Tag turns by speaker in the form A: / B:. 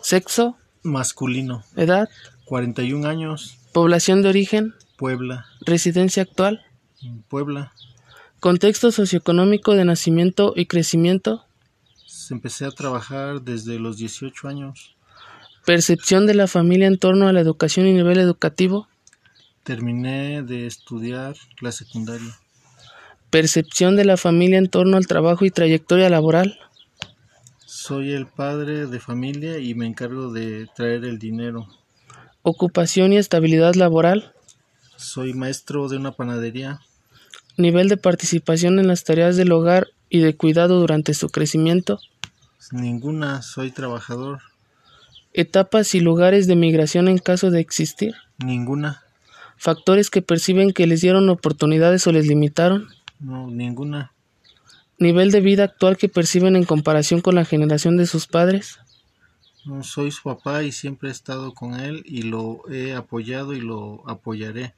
A: Sexo,
B: Masculino,
A: edad,
B: 41 años,
A: población de origen,
B: Puebla,
A: residencia actual,
B: Puebla.
A: contexto socioeconómico de nacimiento y crecimiento,
B: Empecé a trabajar desde los 18 años.
A: percepción de la familia en torno a la educación y nivel educativo,
B: Terminé de estudiar la secundaria.
A: percepción de la familia en torno al trabajo y trayectoria laboral,
B: Soy el padre de familia y me encargo de traer el dinero.
A: ocupación y estabilidad laboral,
B: Soy maestro de una panadería.
A: nivel de participación en las tareas del hogar y de cuidado durante su crecimiento,
B: Ninguna, soy trabajador.
A: etapas y lugares de migración en caso de existir,
B: Ninguna,
A: factores que perciben que les dieron oportunidades o les limitaron,
B: no, ninguna.
A: nivel de vida actual que perciben en comparación con la generación de sus padres,
B: No, soy su papá y siempre he estado con él y lo he apoyado y lo apoyaré.